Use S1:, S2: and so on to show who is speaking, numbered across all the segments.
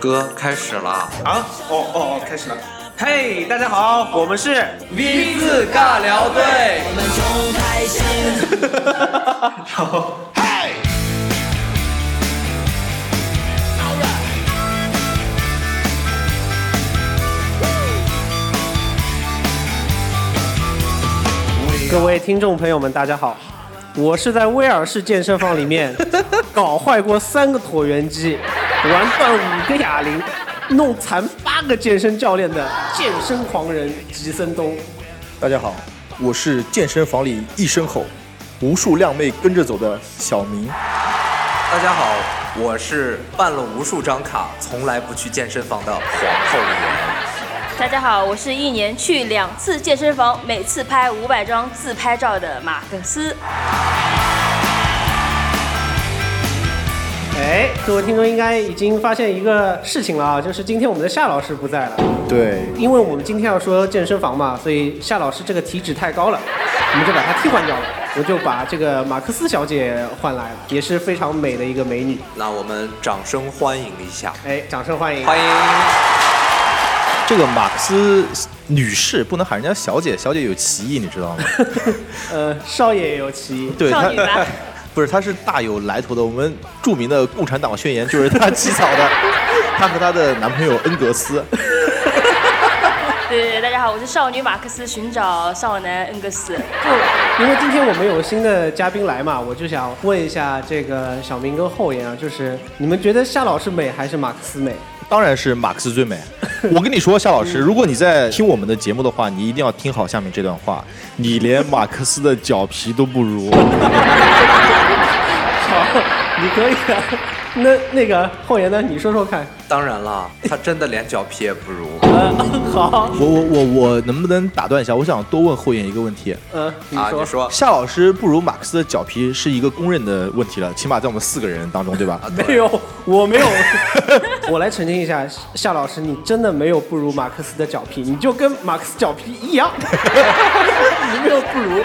S1: 歌开始了，
S2: 啊，哦哦哦，开始了。嘿、大家好，我们是
S1: V 字尬聊队。
S2: 各位听众朋友们，大家好，我是在威尔士健身房里面 搞坏过三个椭圆机，玩断五个哑铃，弄残八个健身教练的健身狂人吉森东。
S3: 大家好，我是健身房里一声吼，无数靓妹跟着走的小明。
S1: 大家好，我是办了无数张卡，从来不去健身房的皇后人。
S4: 大家好，我是一年去两次健身房，每次拍五百张自拍照的马克思。
S2: 哎，各位听众应该已经发现一个事情了啊，就是今天我们的夏老师不在了。
S3: 对，
S2: 因为我们今天要说健身房嘛，所以夏老师这个体脂太高了，我们就把她替换掉了。我就把这个马克思小姐换来了，也是非常美的一个美女。
S1: 那我们掌声欢迎一下，
S2: 哎，掌声欢迎！
S1: 欢迎
S3: 这个马克思女士不能喊人家小姐，小姐有歧义，你知 道吗？
S2: 呃，少爷也有歧义。
S3: 对，
S4: 少女吧
S3: 她不是，她是大有来头的。我们著名的共产党宣 言就是她起草的，她和她的男朋友恩格斯。
S4: 对对对，大家好，我是少女马克思，寻找少男恩 格斯。
S2: 因为今天我们有新的嘉宾来嘛，我就想问一下这个小明跟后言啊，就是你们觉得夏老师美还是马克思美？
S3: 当然是马克思最美。我跟你说，夏老师，如果你在听我们的节目的话，你一定要听好下面这段话，你连马克思的脚皮都不如。
S2: 好，你可以啊。那那个后言呢？你说说看。
S1: 当然了，他真的连脚皮也不如。
S2: 呃， 好，
S3: 我我我我能不能打断一下？我想多问后烨一个问题。
S2: 嗯、你
S1: 啊，
S2: 说。
S1: 你说
S3: 夏老师不如马克思的脚皮是一个公认的问题了，起码在我们四个人当中，对吧？
S2: 没有，我没有。我来澄清一下，夏老师，你真的没有不如马克思的脚皮，你就跟马克思脚皮 一样，你没有不如。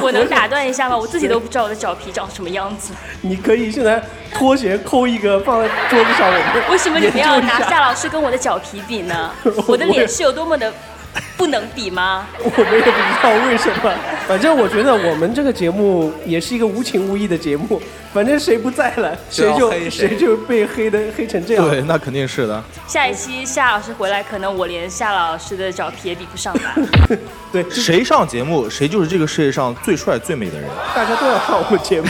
S4: 我能打断一下吗？我自己都不知道我的脚皮长什么样子。
S2: 你可以现在拖鞋抠一个放在桌子上，我们
S4: 为什么你们要
S2: 研究一
S4: 拿
S2: 下？
S4: 夏老师跟我的脚皮比 呢我的脸是有多么的不能比吗？
S2: 我们也不知道为什么，反正我觉得我们这个节目也是一个无情无义的节目，反正谁不在了，谁
S1: 就要
S2: 就
S1: 黑谁
S2: 谁就被黑的黑成这样。
S3: 对，啊那肯定是的。
S4: 下一期夏老师回来，可能我连夏老师的脚皮也比不上吧。
S2: 对，
S3: 谁上节目，谁就是这个世界上最帅最美的人。
S2: 大家都要看我们节目。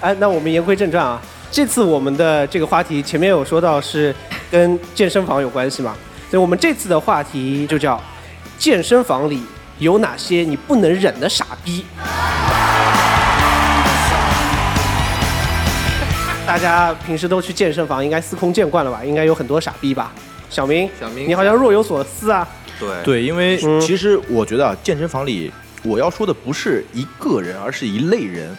S2: 哎，那我们言归正传啊，这次我们的这个话题前面有说到是跟健身房有关系嘛，所以我们这次的话题就叫健身房里有哪些你不能忍的傻逼。大家平时都去健身房，应该司空见惯了吧？应该有很多傻逼吧？小明，
S1: 小明
S2: 你好像若有所思啊。
S1: 对
S3: 对，嗯因为其实我觉得啊，健身房里我要说的不是一个人，而是一类人，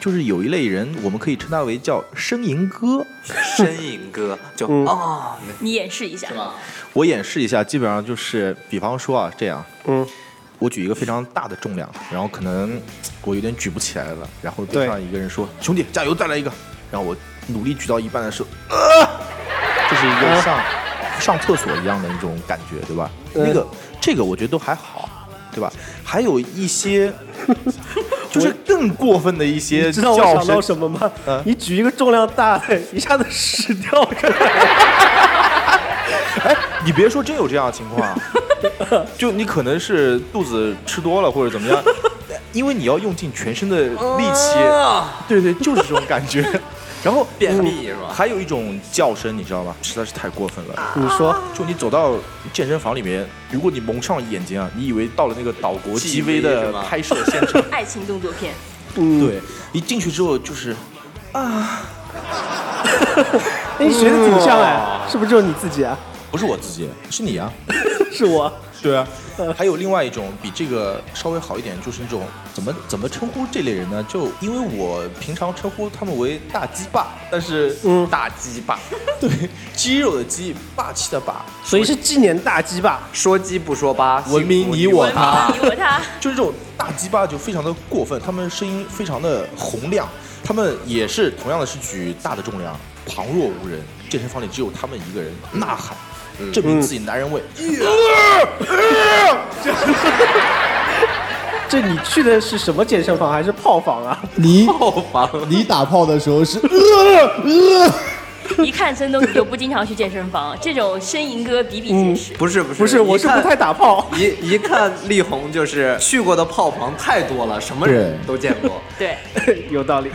S3: 就是有一类人，我们可以称他为叫呻吟哥。
S1: 呻吟哥就
S2: 嗯
S1: 啊，
S4: 你演示一下，
S3: 我演示一下，基本上就是，比方说啊，这样，
S2: 嗯，
S3: 我举一个非常大的重量，然后可能我有点举不起来了，然后
S2: 对
S3: 边上一个人说：“兄弟，加油，再来一个。”然后我努力举到一半的时候，呃，这是一个上、上厕所一样的一种感觉，对吧？
S2: 嗯
S3: 那个这个我觉得都还好，对吧？还有 一些就是更过分的一些
S2: 你知道我
S3: 叫
S2: 想到
S3: 声，
S2: 什么吗？
S3: 嗯
S2: 你举一个重量大的，一下子屎掉出来。
S3: 哎，你别说，真有这样的情况啊，就你可能是肚子吃多了或者怎么样，因为你要用尽全身的力气，
S1: 啊
S3: 对对，就是这种感觉。然 后嗯
S1: 便秘是吧？
S3: 还有一种叫声，你知道吧？实在是太过分了。
S2: 你说，
S3: 就你走到健身房里面，如果你蒙上眼睛啊，你以为到了那个岛国
S1: GV
S3: GV
S1: 是
S3: 的
S1: 吗
S3: 拍摄现场，
S4: 爱情动作片。
S2: 嗯，
S3: 对，一进去之后就是
S2: 哎，你学的挺像哎，是不是就是你自己啊？
S3: 不是我自己，是你啊。
S2: 是我，
S3: 对啊，还有另外一种比这个稍微好一点，就是那种怎么怎么称呼这类人呢？就因为我平常称呼他们为大鸡霸，但是
S2: 嗯
S3: 大鸡霸，对，肌肉的肌，霸气的霸，
S2: 所以是纪年大鸡吧？
S1: 说鸡不说八，
S3: 文明你我他
S4: 文明你我他，
S3: 就是这种大鸡巴就非常的过分，他们声音非常的洪亮，他们也是同样的是举大的重量，旁若无人，健身房里只有他们一个人呐喊，证明自己男人味。
S2: 这你去的是什么健身房还是炮房啊？
S5: 你
S1: 炮房，
S5: 你打炮的时候是
S4: 一看森东你就不经常去健身房，这种呻吟歌比比皆是。
S1: 不是不是
S2: 不是，我是不太。打炮。
S1: 一看一一看力宏就是去过的炮房太多了，什么人
S5: 对
S1: 都见过。
S4: 对，
S2: 有道 理。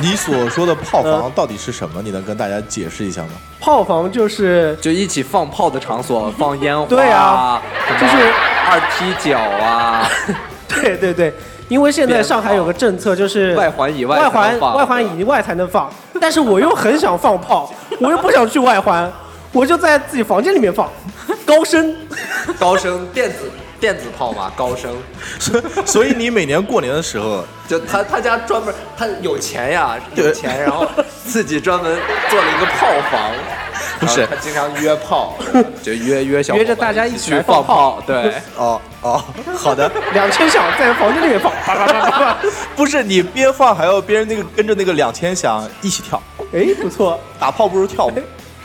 S3: 你所说的炮房到底是什么？你能跟大家解释一下吗？
S2: 炮房就是
S1: 就一起放炮的场 所，放烟花，
S2: 对啊
S1: 什么
S2: 就是
S1: 二踢脚啊，
S2: 对对对，因为现在上海有个政策，就是
S1: 外环以外
S2: 外
S1: 才
S2: 环
S1: 能放
S2: 外环以外才能放。但是我又很想放 炮，我又不想去外环，我就在自己房间里面放，高声。
S1: 高升电 子电子炮嘛，高升。
S3: 所以所以你每年过年的时候，
S1: 就他他家专门他有钱呀，有钱，然后自己专门做了一个炮房。
S3: 不是
S1: 然后他经常约炮，就约约小伙伴
S2: 约着大家一起
S1: 去
S2: 来
S1: 放
S2: 放炮
S1: 炮，对，
S3: 哦哦，好的，
S2: 两千响在房间里 面放，叭叭叭叭叭。
S3: 不是你边放还要边那个跟着那个两千响一起跳，
S2: 哎，不错，
S3: 打炮不如跳舞。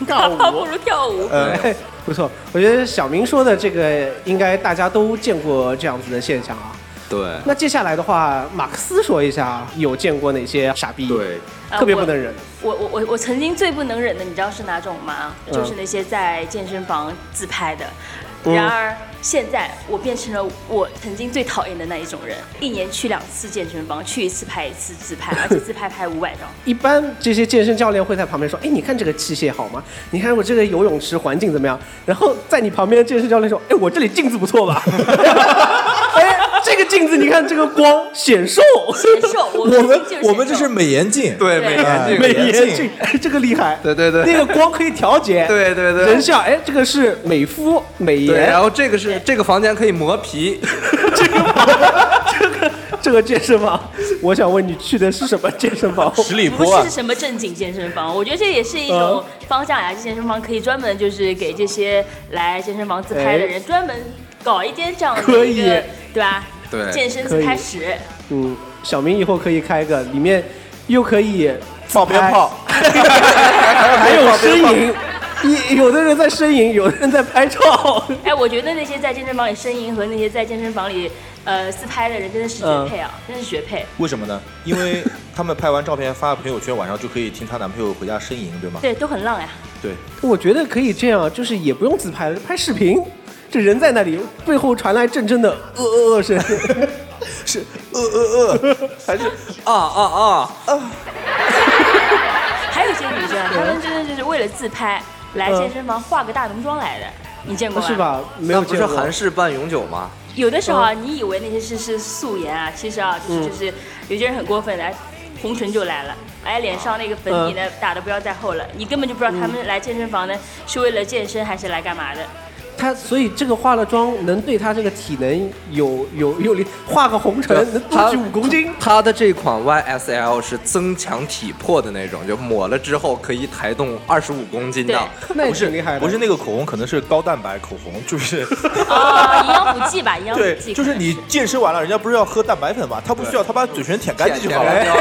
S4: 打炮 不如跳舞。啊
S3: 呃，
S2: 哎，不错。我觉得小明说的这个，应该大家都见过这样子的现象啊。
S1: 对
S4: 嗯
S2: 那接下来的话，马克思说一下，有见过哪些傻逼？，
S1: 对，
S4: 啊
S2: 特别
S4: 我
S2: 不能忍。
S4: 我我我我曾经最不能忍的，你知道是哪种吗？
S2: 嗯
S4: 就是那些在健身房自拍的。
S2: 嗯
S4: 然而现在我变成了我曾经最讨厌的那一种人，一年去两次健身房，去一次拍一次自拍，而且自拍拍五百张。
S2: 一般这些健身教练会在旁边说：“哎，你看这个器械好吗？你看我这个游泳池环境怎么样？”然后在你旁边的健身教练说：“哎，我这里镜子不错吧？ 哎，这个镜子你看这个光显瘦，
S4: 显瘦，我
S3: 我们
S4: 就是
S3: 我们这
S4: 显瘦
S3: 是美颜镜，
S1: 对
S4: 对
S1: 美颜镜，
S2: 美
S3: 颜
S2: 颜
S3: 镜
S2: 镜，哎这个厉害。
S1: 对对对
S2: 那个光可以调节。
S1: 对对对
S2: 人像，哎，这个是美肤美
S1: 对，
S2: 颜
S1: 然，后这个是这个房间可以磨 皮，
S2: 这个健身房，我想问你去的是什么健身房？
S3: 十里
S4: 不
S3: 坡啊
S4: 是，什么正经健身房，我觉得这也是一
S2: 嗯
S4: 种方向呀。这健身房可以专门就是给这些来健身房自拍的人专门搞一间这样的一个，
S2: 哎可以
S4: 对吧？
S1: 对
S4: 健身自拍室，
S2: 嗯，小明以后可以开一个，里面又可以
S3: 放鞭炮，
S2: 还
S3: 还
S2: 有呻吟，一有的人在呻吟，有的人在拍照。
S4: 哎，我觉得那些在健身房里呻吟和那些在健身房里呃自拍的人真的是
S2: 嗯
S4: 绝配啊，真是绝配。
S3: 为什么呢？因为他们拍完照片发朋友圈，晚上就可以听她男朋友回家呻吟，对吗？
S4: 对，都很浪呀。
S3: 对，
S2: 我觉得可以这样，就是也不用自拍了，拍视频，这人在那里，背后传来阵阵的呃呃呃声。
S3: 是呃呃呃，还是
S1: 啊啊啊！
S4: 还有一些女生，她们真的就是为了自拍来健身房化个大浓妆来的，你见过
S2: 嗯
S4: 吗？
S2: 哦是吧？没
S1: 那
S2: 有
S1: 不
S2: 见
S1: 是
S2: 过。
S1: 韩式半永久吗？
S4: 有的时候啊，
S3: 嗯
S4: 你以为那些是是素颜啊，其实啊，就是就是有些人很过分，来红唇就来了，哎，脸上那个粉
S3: 嗯
S4: 底呢打的不要再厚了，你根本就不知道他们来健身房呢是为了健身还是来 干嘛的。
S2: 他所以这个化了妆，能对他这个体能有有有利，画个红唇
S1: 呃
S2: 能多举五公斤。
S1: 它的这款 YSL 是增强体魄的那种，就抹了之后可以抬动二十五公斤的。
S2: 那也
S3: 不是
S2: 挺厉害的，
S3: 不是那个口红，可能是高蛋白口红，就是
S4: 哦，营养补剂吧，营养补
S3: 对，
S4: 剂。
S3: 就是你健身完了，人家不是要喝蛋白粉吗？他不需要，他把嘴唇舔干 净就好了，
S1: 舔舔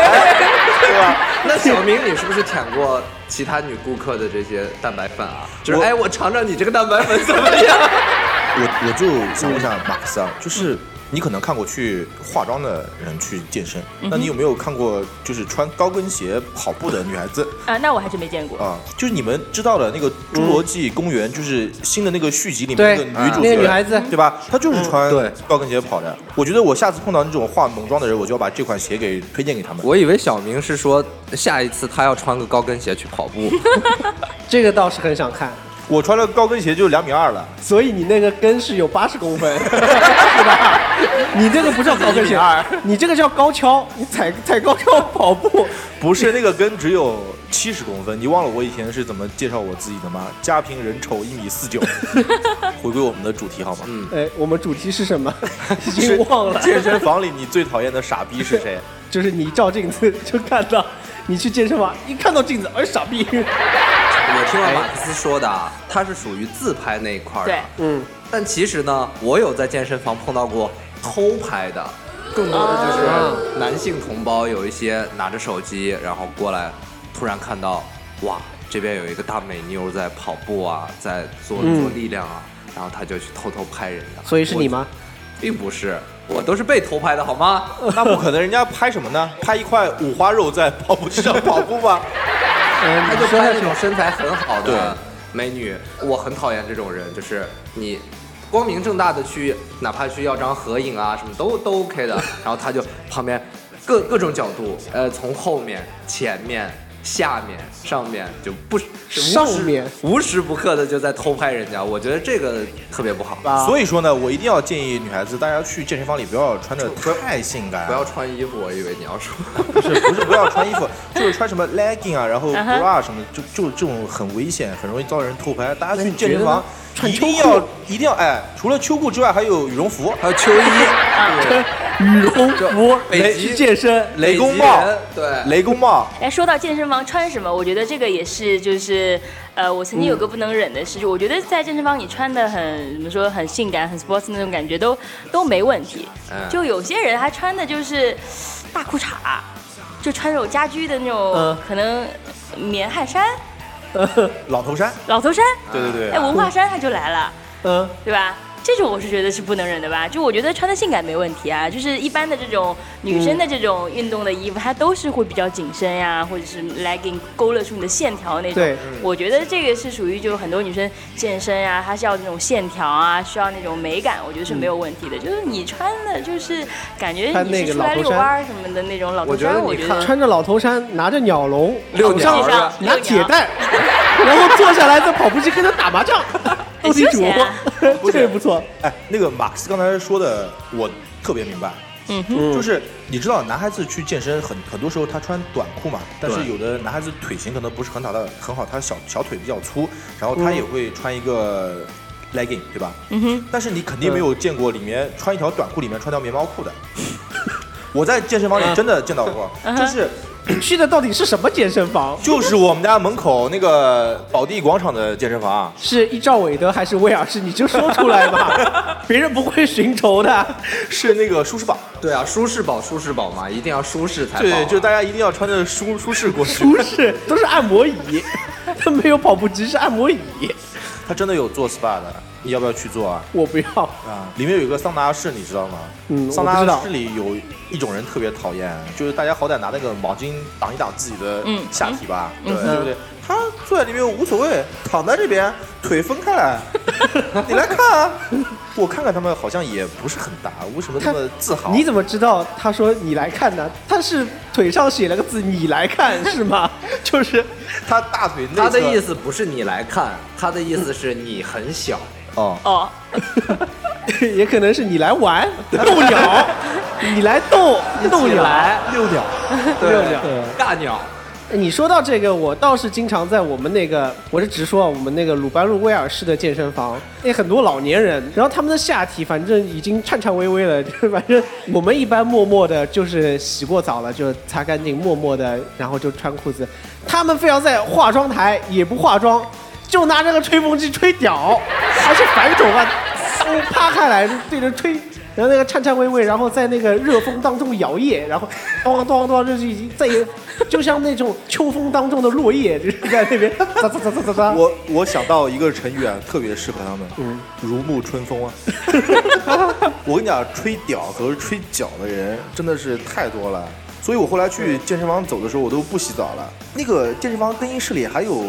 S3: 对吧？
S1: 那小明，你是不是舔过其他女顾客的这些蛋白粉啊？就是
S3: 我
S1: 哎，我尝尝你这个蛋白粉怎么样？
S3: 我我就想
S2: 嗯
S3: 问一下马克思啊，就是你可能看过去化妆的人去健身，
S2: 嗯
S3: 那你有没有看过就是穿高跟鞋跑步的女孩子
S4: 啊，那我还真没见过。
S2: 嗯
S3: 啊？就是你们知道的那个《侏罗纪公园》，就是新的那个续集里面
S2: 对
S3: 那个女主角，
S2: 那个女孩子嗯
S3: 对吧？她就是穿
S1: 对
S3: 高跟鞋跑的。我觉得我下次碰到那种化浓妆的人，我就要把这款鞋给推荐给他们。
S1: 我以为小明是说下一次他要穿个高跟鞋去跑步，
S2: 这个倒是很想看。
S3: 我穿了高跟鞋就两米二了，
S2: 所以你那个跟是有八十公 分，是吧？你这个不叫高跟鞋，你这个叫高跷，你踩踩高跷跑步。
S3: 不是那个跟只有七十公分。你忘了我以前是怎么介绍我自己的吗？家贫人丑，一米四九。回归我们的主题好吗？嗯。
S2: 哎，我们主题是什 么？已经忘了，
S3: 健身房里你最讨厌的傻逼是谁？
S2: 就是你照镜子就看到，你去健身房一看到镜子，哎，傻逼。
S1: 我听了马克思说的，啊，他是属于自拍那一块儿的
S4: 对。
S2: 嗯，
S1: 但其实呢，我有在健身房碰到过偷拍的，更多的就是男性同胞有一些拿着手机，然后过来突然看到，哇，这边有一个大美妞在跑步啊，在做做力量啊，然后他就去偷偷拍人家。
S2: 嗯所以是你
S1: 我？
S2: 吗？
S1: 并不是，我都是被偷拍的好吗？
S3: 那不可能，人家拍什么呢？拍一块五花肉在跑步机上跑步吗？
S2: 嗯，
S1: 他
S2: 你
S1: 就
S2: 说
S1: 拍
S2: 的
S1: 那
S2: 是
S1: 种身材很好
S3: 对
S1: 的美女，我很讨厌这种人，就是你光明正大的去，哪怕去要张合影啊，什么都都 OK 的。然后他就旁边各各种角度，呃，从后面、前面、下面、上面就不是无时
S2: 上面
S1: 无时不刻的就在偷拍人家，我觉得这个特别不好。
S2: 吧？
S3: 所以说呢，我一定要建议女孩子，大家去健身房里不要穿的太性感啊，
S1: 不要穿衣服，我以为你要说
S3: 不是不是不要穿衣服， 就是穿什么 legging 啊，然后 bra 什么的，就就这种很危险，很容易遭人偷拍。大家去健身房
S2: 那你
S3: 一
S2: 觉得呢穿
S3: 定
S2: 秋
S3: 要一定要哎，除了秋裤之外，还有羽绒服，
S1: 还有秋衣、
S2: 羽绒服
S1: 北
S2: 来
S1: 极
S2: 去健身，
S3: 雷公
S1: 北极
S3: 帽
S1: 人对。
S3: 雷公帽。
S4: 哎，说到健身房穿什么，我觉得这个也是，就是，呃，我曾经
S3: 嗯
S4: 有个不能忍的事，就我觉得在健身房你穿的很怎么说，很性感、很 sports 那种感觉都都没问题。
S1: 嗯
S4: 就有些人他穿的就是大裤衩，就穿这种家居的那种，
S2: 嗯
S4: 可能棉汗衫、
S3: 嗯 老头衫，
S4: 老头衫，
S3: 对对对啊
S4: 哎，文化衫他就来了，
S2: 嗯，
S4: 对吧？这种我是觉得是不能忍的吧，就我觉得穿的性感没问题啊，就是一般的这种女生的这种运动的衣服，它都是会比较紧身呀、或者是 legging 勾勒出你的线条那种。
S2: 对，
S4: 我觉得这个是属于就很多女生健身啊，她是要那种线条啊，需要那种美感，我觉得是没有问题的。就是你穿的就是感
S2: 嗯
S4: 觉
S2: 穿
S4: 你
S2: 那
S4: 是
S2: 个
S4: 出来
S2: 老头
S4: 遛
S2: 衫
S4: 弯儿什么的那种老头
S1: 我觉得
S4: 衫，
S1: 你
S4: 我觉
S1: 看
S4: 得
S2: 穿着老头衫，拿着鸟笼，
S1: 遛
S2: 躺
S1: 鸟是
S2: 上
S4: 吧
S2: 拿
S4: 遛鸟
S2: 铁蛋， 然后坐下来在跑步机跟他打麻将， 斗地主
S4: 休闲啊，
S2: 这个也不错。
S3: 哎，那个马克思刚才说的，我特别明白。
S4: 嗯哼，
S2: 嗯
S3: 就是你知道，男孩子去健身很很多时候他穿短裤嘛，但是
S1: 对
S3: 有的男孩子腿型可能不是很好的很好，他小小腿比较粗，然后他也会穿一个 legging，对吧？
S4: 嗯哼，
S3: 但是你肯定没有见过里面穿一条短裤里面穿条棉毛裤的。 我在健身房里真的见到过，
S4: 嗯
S3: 就是
S2: 你去的到底是什么健身房？
S3: 就是我们家门口那个宝地广场的健身房啊，
S2: 是依照韦德还是威尔士？你就说出来 吧，别人不会寻仇的。
S3: 是那个舒适榜。
S1: 对啊，舒适宝，舒适宝嘛，一定要舒适才好啊。
S3: 对，就大家一定要穿着舒舒适过去。
S2: 不是，都是按摩椅，他没有跑步机，是按摩椅。
S3: 他真的有做 SPA 的，你要不要去做啊？
S2: 我不要，
S3: 啊，里面有一个桑拿室，你知道吗？
S2: 嗯
S3: 桑
S2: 我不知
S3: 拿
S2: 道
S3: 室里有一种人特别讨厌，就是大家好歹拿那个毛巾挡一挡自己的
S4: 嗯
S3: 下体吧，
S4: 嗯
S3: 对对不对？他坐在里面无所谓，躺在这边，腿分开来，你来看啊。我看看他们好像也不是很大，为什么这么自豪？
S2: 你怎么知道？他说你来看呢，他是腿上写了个字“你来看”是吗？ 就是
S3: 他大腿内侧
S1: 他的意思不是你来看，他的意思是你很小。
S3: 哦，
S4: 哦，
S2: 也可能是你来玩斗鸟，你来斗斗鸟。
S3: 六秒，
S2: 六秒
S1: 大鸟，
S2: 哎你说到这个，我倒是经常在我们那个，我是直说啊，我们那个鲁班路威尔士的健身房，那很多老年人，然后他们的下体反正已经颤颤巍巍了， 就是反正我们一般默默的，就是洗过澡了就擦干净，默默的，然后就穿裤子，他们非要在化妆台也不化妆，就拿这个吹风机吹屌，还是反手吧，嗖趴开来对着吹。然后那个颤颤巍巍，然后在那个热风当中摇曳，然后咚咚咚，就是已经在，就像那种秋风当中的落叶，就是在那边哒哒哒哒哒哒。
S3: 我我想到一个成语啊，特别适合他们，嗯，如沐春风啊。我跟你讲，吹屌和吹脚的人真的是太多了，所以我后来去健身房走的时候，我都不洗澡了。那个健身房更衣室里还有，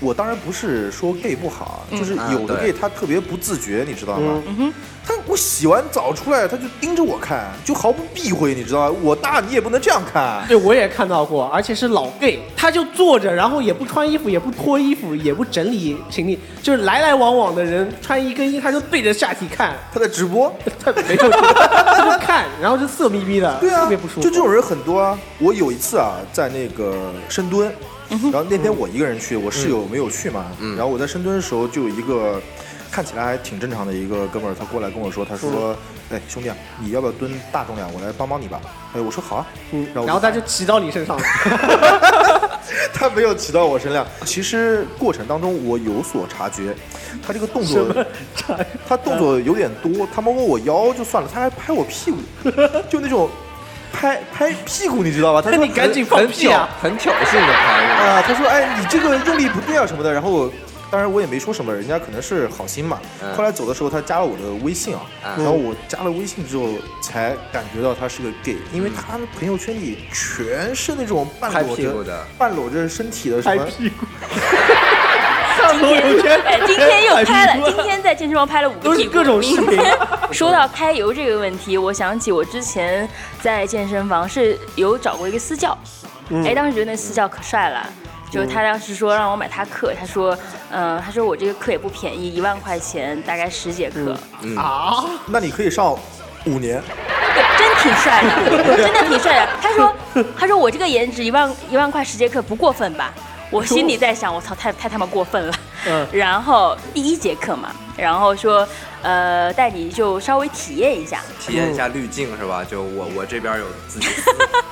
S3: 我当然不是说 gay 不好，就是有的
S1: 啊
S3: gay
S1: 对
S3: 他特别不自觉，你知道吗
S2: 嗯？
S3: 他我洗完澡出来，他就盯着我看，就毫不避讳，你知道吗？我大你也不能这样看。
S2: 对，我也看到过，而且是老 gay，他就坐着，然后也不穿衣服，也不脱衣服，也不整理行李，就是来来往往的人穿一根衣，他就对着下体看，
S3: 他在直播，
S2: 他没有，他就看，然后就色眯眯的，
S3: 对啊，
S2: 特别不舒服。
S3: 就这种人很多啊。我有一次啊，在那个深蹲，
S2: 嗯
S3: 然后那天我一个人去，我室友没有去嘛。然后我在深蹲的时候，就有一个看起来还挺正常的一个哥们儿，他过来跟我说，他说：“哎，兄弟啊，你要不要蹲大重量？我来帮帮你吧。”哎，我说好啊。
S2: 嗯，
S3: 然后我
S2: 然后他就骑到你身上了。
S3: 他没有骑到我身上。其实过程当中我有所察觉，他这个动作， 他动作有点多。他摸摸我腰就算了，他还拍我屁股，就那种。拍拍屁股，你知道吧？他
S2: 那
S3: 说
S2: 你赶紧放屁啊！
S1: 很挑很挑衅的拍
S3: 啊，他说哎，你这个用力不对啊什么的，然后。当然我也没说什么，人家可能是好心嘛。
S1: 嗯
S3: 后来走的时候，他加了我的微信啊，
S1: 嗯
S3: 然后我加了微信之后才感觉到他是个 gay，因为他的朋友圈里全是那种
S1: 嗯拍
S3: 半裸
S1: 屁股
S3: 着
S1: 的、
S3: 半裸着身体的什
S2: 拍
S3: 么
S2: 屁股，
S4: 今天哎， 今天又 拍了，今天在健身房拍了五
S2: 啊都
S4: 个
S2: 是
S4: 屁股。
S2: 各种视频
S4: 明天 说到揩油这个问题，我想起我之前在健身房是有找过一个私教，
S2: 嗯
S4: 哎，当时觉得那私教可帅了。就是他当时说让我买他课，他说，嗯、他说我这个课也不便宜，一万块钱，大概十节
S2: 嗯
S4: 课，
S3: 那你可以上五年，
S4: 真挺帅的，真的挺帅的。他说，他说我这个颜值一万一万块十节课不过分吧？我心里在想，我操，太太他妈过分了。
S2: 嗯
S4: 然后第一节课嘛，然后说，呃，带你就稍微体验一下。
S1: 体验一下滤镜是吧？就我我这边有自己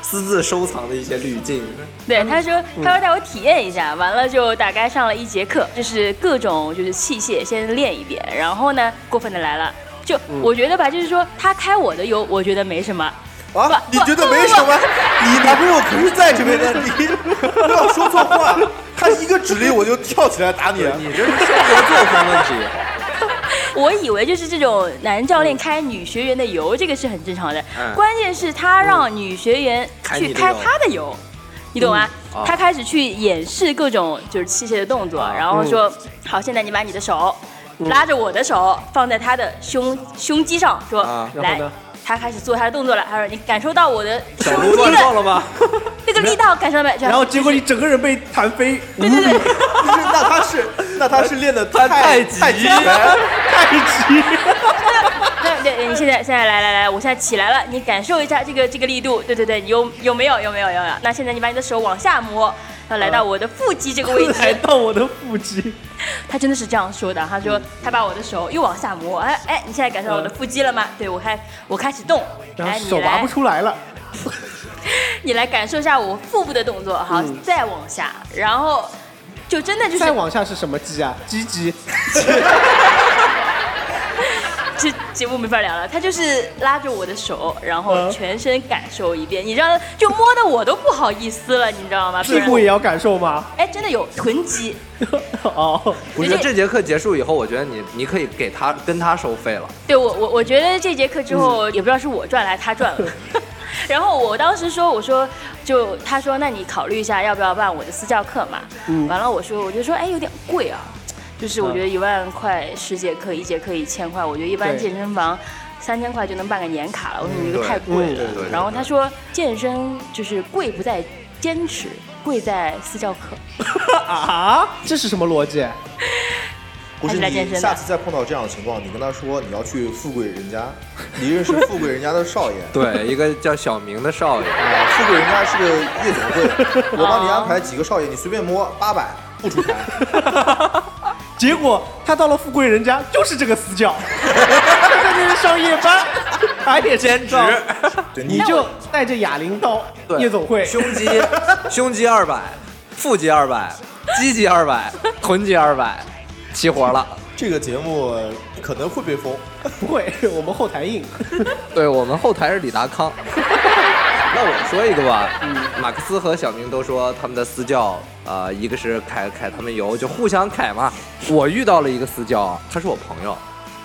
S1: 私 自收藏的一些滤镜，
S4: 对，他说，他说带我体验一下，完了就大概上了一节课，就是各种就是器械先练一遍，然后呢，过分的来了。就我觉得吧，就是说他开我的油，我觉得没什么。
S3: 啊，
S4: 不
S3: 你觉得没什么？你男朋友可是在这边的，你不要说错话。他一个指令我就跳起来打你。啊
S1: 你这是生活作风问题。
S4: 我以为就是这种男教练开女学员的油，这个是很正常的。
S1: 嗯
S4: 关键是他让女学员
S1: 开你
S4: 去
S1: 的
S4: 开
S1: 油
S4: 他的油，你懂吗？
S1: 哦
S4: 他开始去演示各种就是器械的动作，然后说：“
S1: 嗯
S4: 好，现在你把你的手拉着我的手放在他的胸胸肌上，说、
S1: 啊
S2: 然
S4: 来
S2: 后呢。”
S4: 他开始做他的动作了，他说：“你感受到我的胸
S1: 小鹿
S4: 肌
S1: 乱撞了
S4: 的
S1: 吗？
S4: 那个力道，感受到没？”
S2: 然后结果你整个人被弹飞，
S4: 对对对，
S3: 不是，那他是 那他是练的
S1: 他
S3: 太
S1: 太极
S3: 太极
S4: 哎
S3: 拳，
S2: 太极。
S4: 对对，你现在现在来来来，我现在起来了，你感受一下这个这个力度，对对对，你有有没有有没有有没有？那现在你把你的手往下摸，然后来到我的腹肌这个位
S2: 来
S4: 置，
S2: 到我的腹肌，
S4: 他真的是这样说的，他说他把我的手又往下摸，哎哎，你现在感受到我的腹肌了吗？对我开我开始动，
S2: 然
S4: 哎
S2: 后
S4: 你
S2: 手拔
S4: 来
S2: 不出来了，
S4: 你来感受一下我腹部的动作，好，
S2: 嗯
S4: 再往下，然后就真的就是
S2: 再往下是什么肌啊？鸡鸡。
S4: 这节目没法聊了，他就是拉着我的手，然后
S2: 嗯
S4: 全身感受一遍，你知道，就摸的我都不好意思了，你知道吗？
S2: 屁股也要感受吗？
S4: 哎，真的有臀肌，
S2: 哦，
S1: 我觉得这节课结束以后，我觉得你你可以给他跟他收费了。
S4: 对我我我觉得这节课之后、也不知道是我赚了还是他赚了。 然后我当时说，我说就他说，那你考虑一下要不要办我的私教课嘛？完了我说我就说，哎，有点贵啊，就是我觉得一万块十节课，一节课一千块，我觉得一般
S2: 对
S4: 健身房。三千块就能办个年卡了，我说你这个
S1: 对
S4: 太贵
S2: 嗯
S4: 了
S1: 对对。对
S4: 然后他说健身就是贵不在坚持，贵在私教课。
S2: 啊，这是什么逻辑？
S3: 不
S4: 还
S3: 是
S4: 是来健身
S3: 你
S4: 的
S3: 下次再碰到这样的情况，你跟他说你要去富贵人家，你认识富贵人家的少爷。
S1: 对，一个叫小明的少爷，
S3: 啊，富贵人家是个夜 总会，我帮你
S1: 哦
S3: 安排几个少爷，你随便摸八百不出台。
S2: 结果他到了富贵人家，就是这个死角，他在这边上夜班，他也兼职，
S3: 对，
S2: 你
S3: 你
S2: 就带着哑铃到
S1: 对
S2: 夜总会，
S1: 胸 肌胸肌二百，腹肌二百，鸡肌二百，臀肌二百，齐活了。
S3: 这个节目可能会被封。
S2: 不会，我们后台硬。
S1: 对我们后台是李达康。那我说一个吧，马克思和小明都说他们的私教，呃，一个是揩揩他们油，就互相揩嘛。我遇到了一个私教，他是我朋友，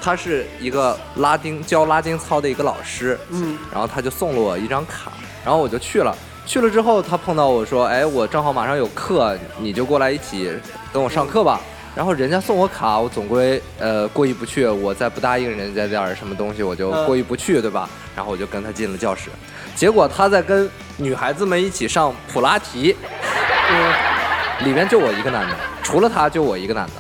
S1: 他是一个拉丁教拉丁操的一个老师，嗯，然后他就送了我一张卡，然后我就去了。去了之后，他碰到我说：“哎，我正好马上有课，你就过来一起跟我上课吧。”然后人家送我卡，我总归呃过意不去，我再不答应人家点儿什么东西，我就
S2: 嗯
S1: 过意不去，对吧？然后我就跟他进了教室，结果他在跟女孩子们一起上普拉提，里面就我一个男的，除了他就我一个男的，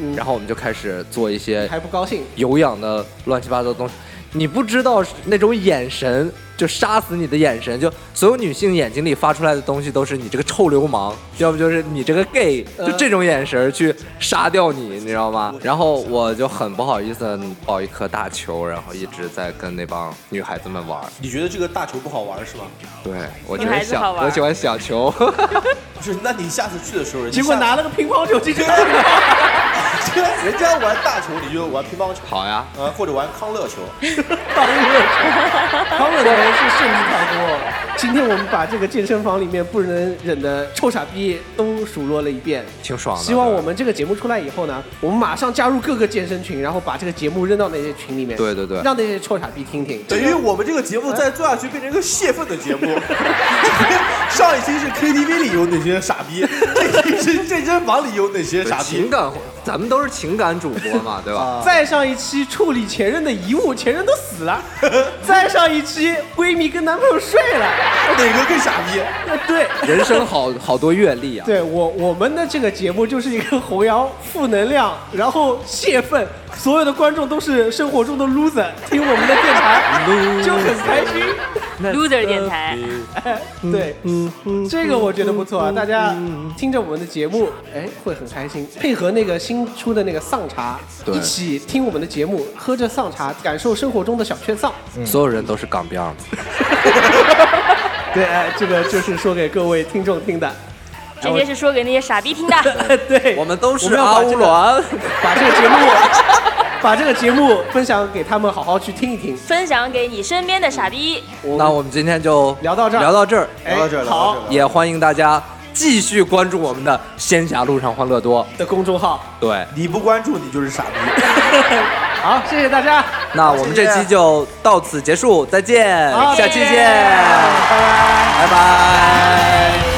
S2: 嗯
S1: 然后我们就开始做一些
S2: 还不高兴，
S1: 有氧的乱七八糟的东西，你不知道那种眼神，就杀死你的眼神，就所有女性眼睛里发出来的东西都是你这个臭流氓，要不就是你这个 gay，就这种眼神去杀掉你，你知道吗？然后我就很不好意思地抱一颗大球，然后一直在跟那帮女孩子们玩儿。
S3: 你觉得这个大球不好玩是吗？
S1: 对我
S4: 女
S1: 喜欢
S4: 孩子好
S1: 小，
S4: 玩
S1: 我喜欢小球。
S3: 不是，那你下次去的时候，
S2: 结果拿了个乒乓球进去，
S3: 人家玩大球，你就玩乒乓球，
S1: 好呀，
S3: 呃，或者玩康乐球。
S2: 康乐球，康乐球是甚至太多。今天我们把这个健身房里面不能忍的臭傻逼都数落了一遍。
S1: 挺爽的。
S2: 希望我们这个节目出来以后呢，我们马上加入各个健身群，然后把这个节目扔到那些群里面，
S1: 对对对
S2: 让那些臭傻逼听听。
S3: 等于我们这个节目再做下去变成一个泄愤的节目。上一期是 KTV 里有哪些傻逼，这一期是健身房里有哪些
S1: 对啊
S3: 傻
S1: 情
S3: 逼。
S1: 感，咱们都是情感主播嘛，对吧？
S2: 再上一期处理前任的遗物，前任都死了； 再上一期闺蜜跟男朋友睡了，
S3: 哪个更傻逼？
S2: 呃对。
S1: 人生好好多阅历啊。
S2: 对我我们的这个节目就是一个弘扬负能量，然后泄愤，所有的观众都是生活中的 loser，听我们的电台就很开心。
S1: 呃
S4: loser 电台，
S2: 对，这个我觉得不错啊，大家听着我们的节目，哎，会很开心。配合那个新出的那个丧茶，
S1: 对
S2: 一起听我们的节目，喝着丧茶，感受生活中的小确丧。
S1: 嗯所有人都是港标的。
S2: 对，哎，这个就是说给各位听众听的。
S4: 这些是说给那些傻逼听的。
S2: 对，
S1: 我们都是
S2: 我们要
S1: 阿
S2: 把这
S1: 乌啊
S2: 个
S1: 伦，
S2: 把这个节目，把这个节目分享给他们，好好去听一听。
S4: 分享给你身边的傻逼，
S1: 那我们今天就
S2: 聊到这儿
S1: 聊到这儿，
S2: 哎
S3: 聊到这儿，聊到这
S2: 好
S3: 儿，
S1: 也欢迎大家继续关注我们的“仙侠路上欢乐多
S2: 的公众号，”。
S1: 对，
S3: 你不关注你就是傻逼。
S2: 好，谢谢大家，
S1: 那我们这期就到此结束，再见，
S2: 好
S1: 下期
S2: 再见
S1: 见，
S2: 拜
S1: 拜
S2: 拜。
S1: 拜。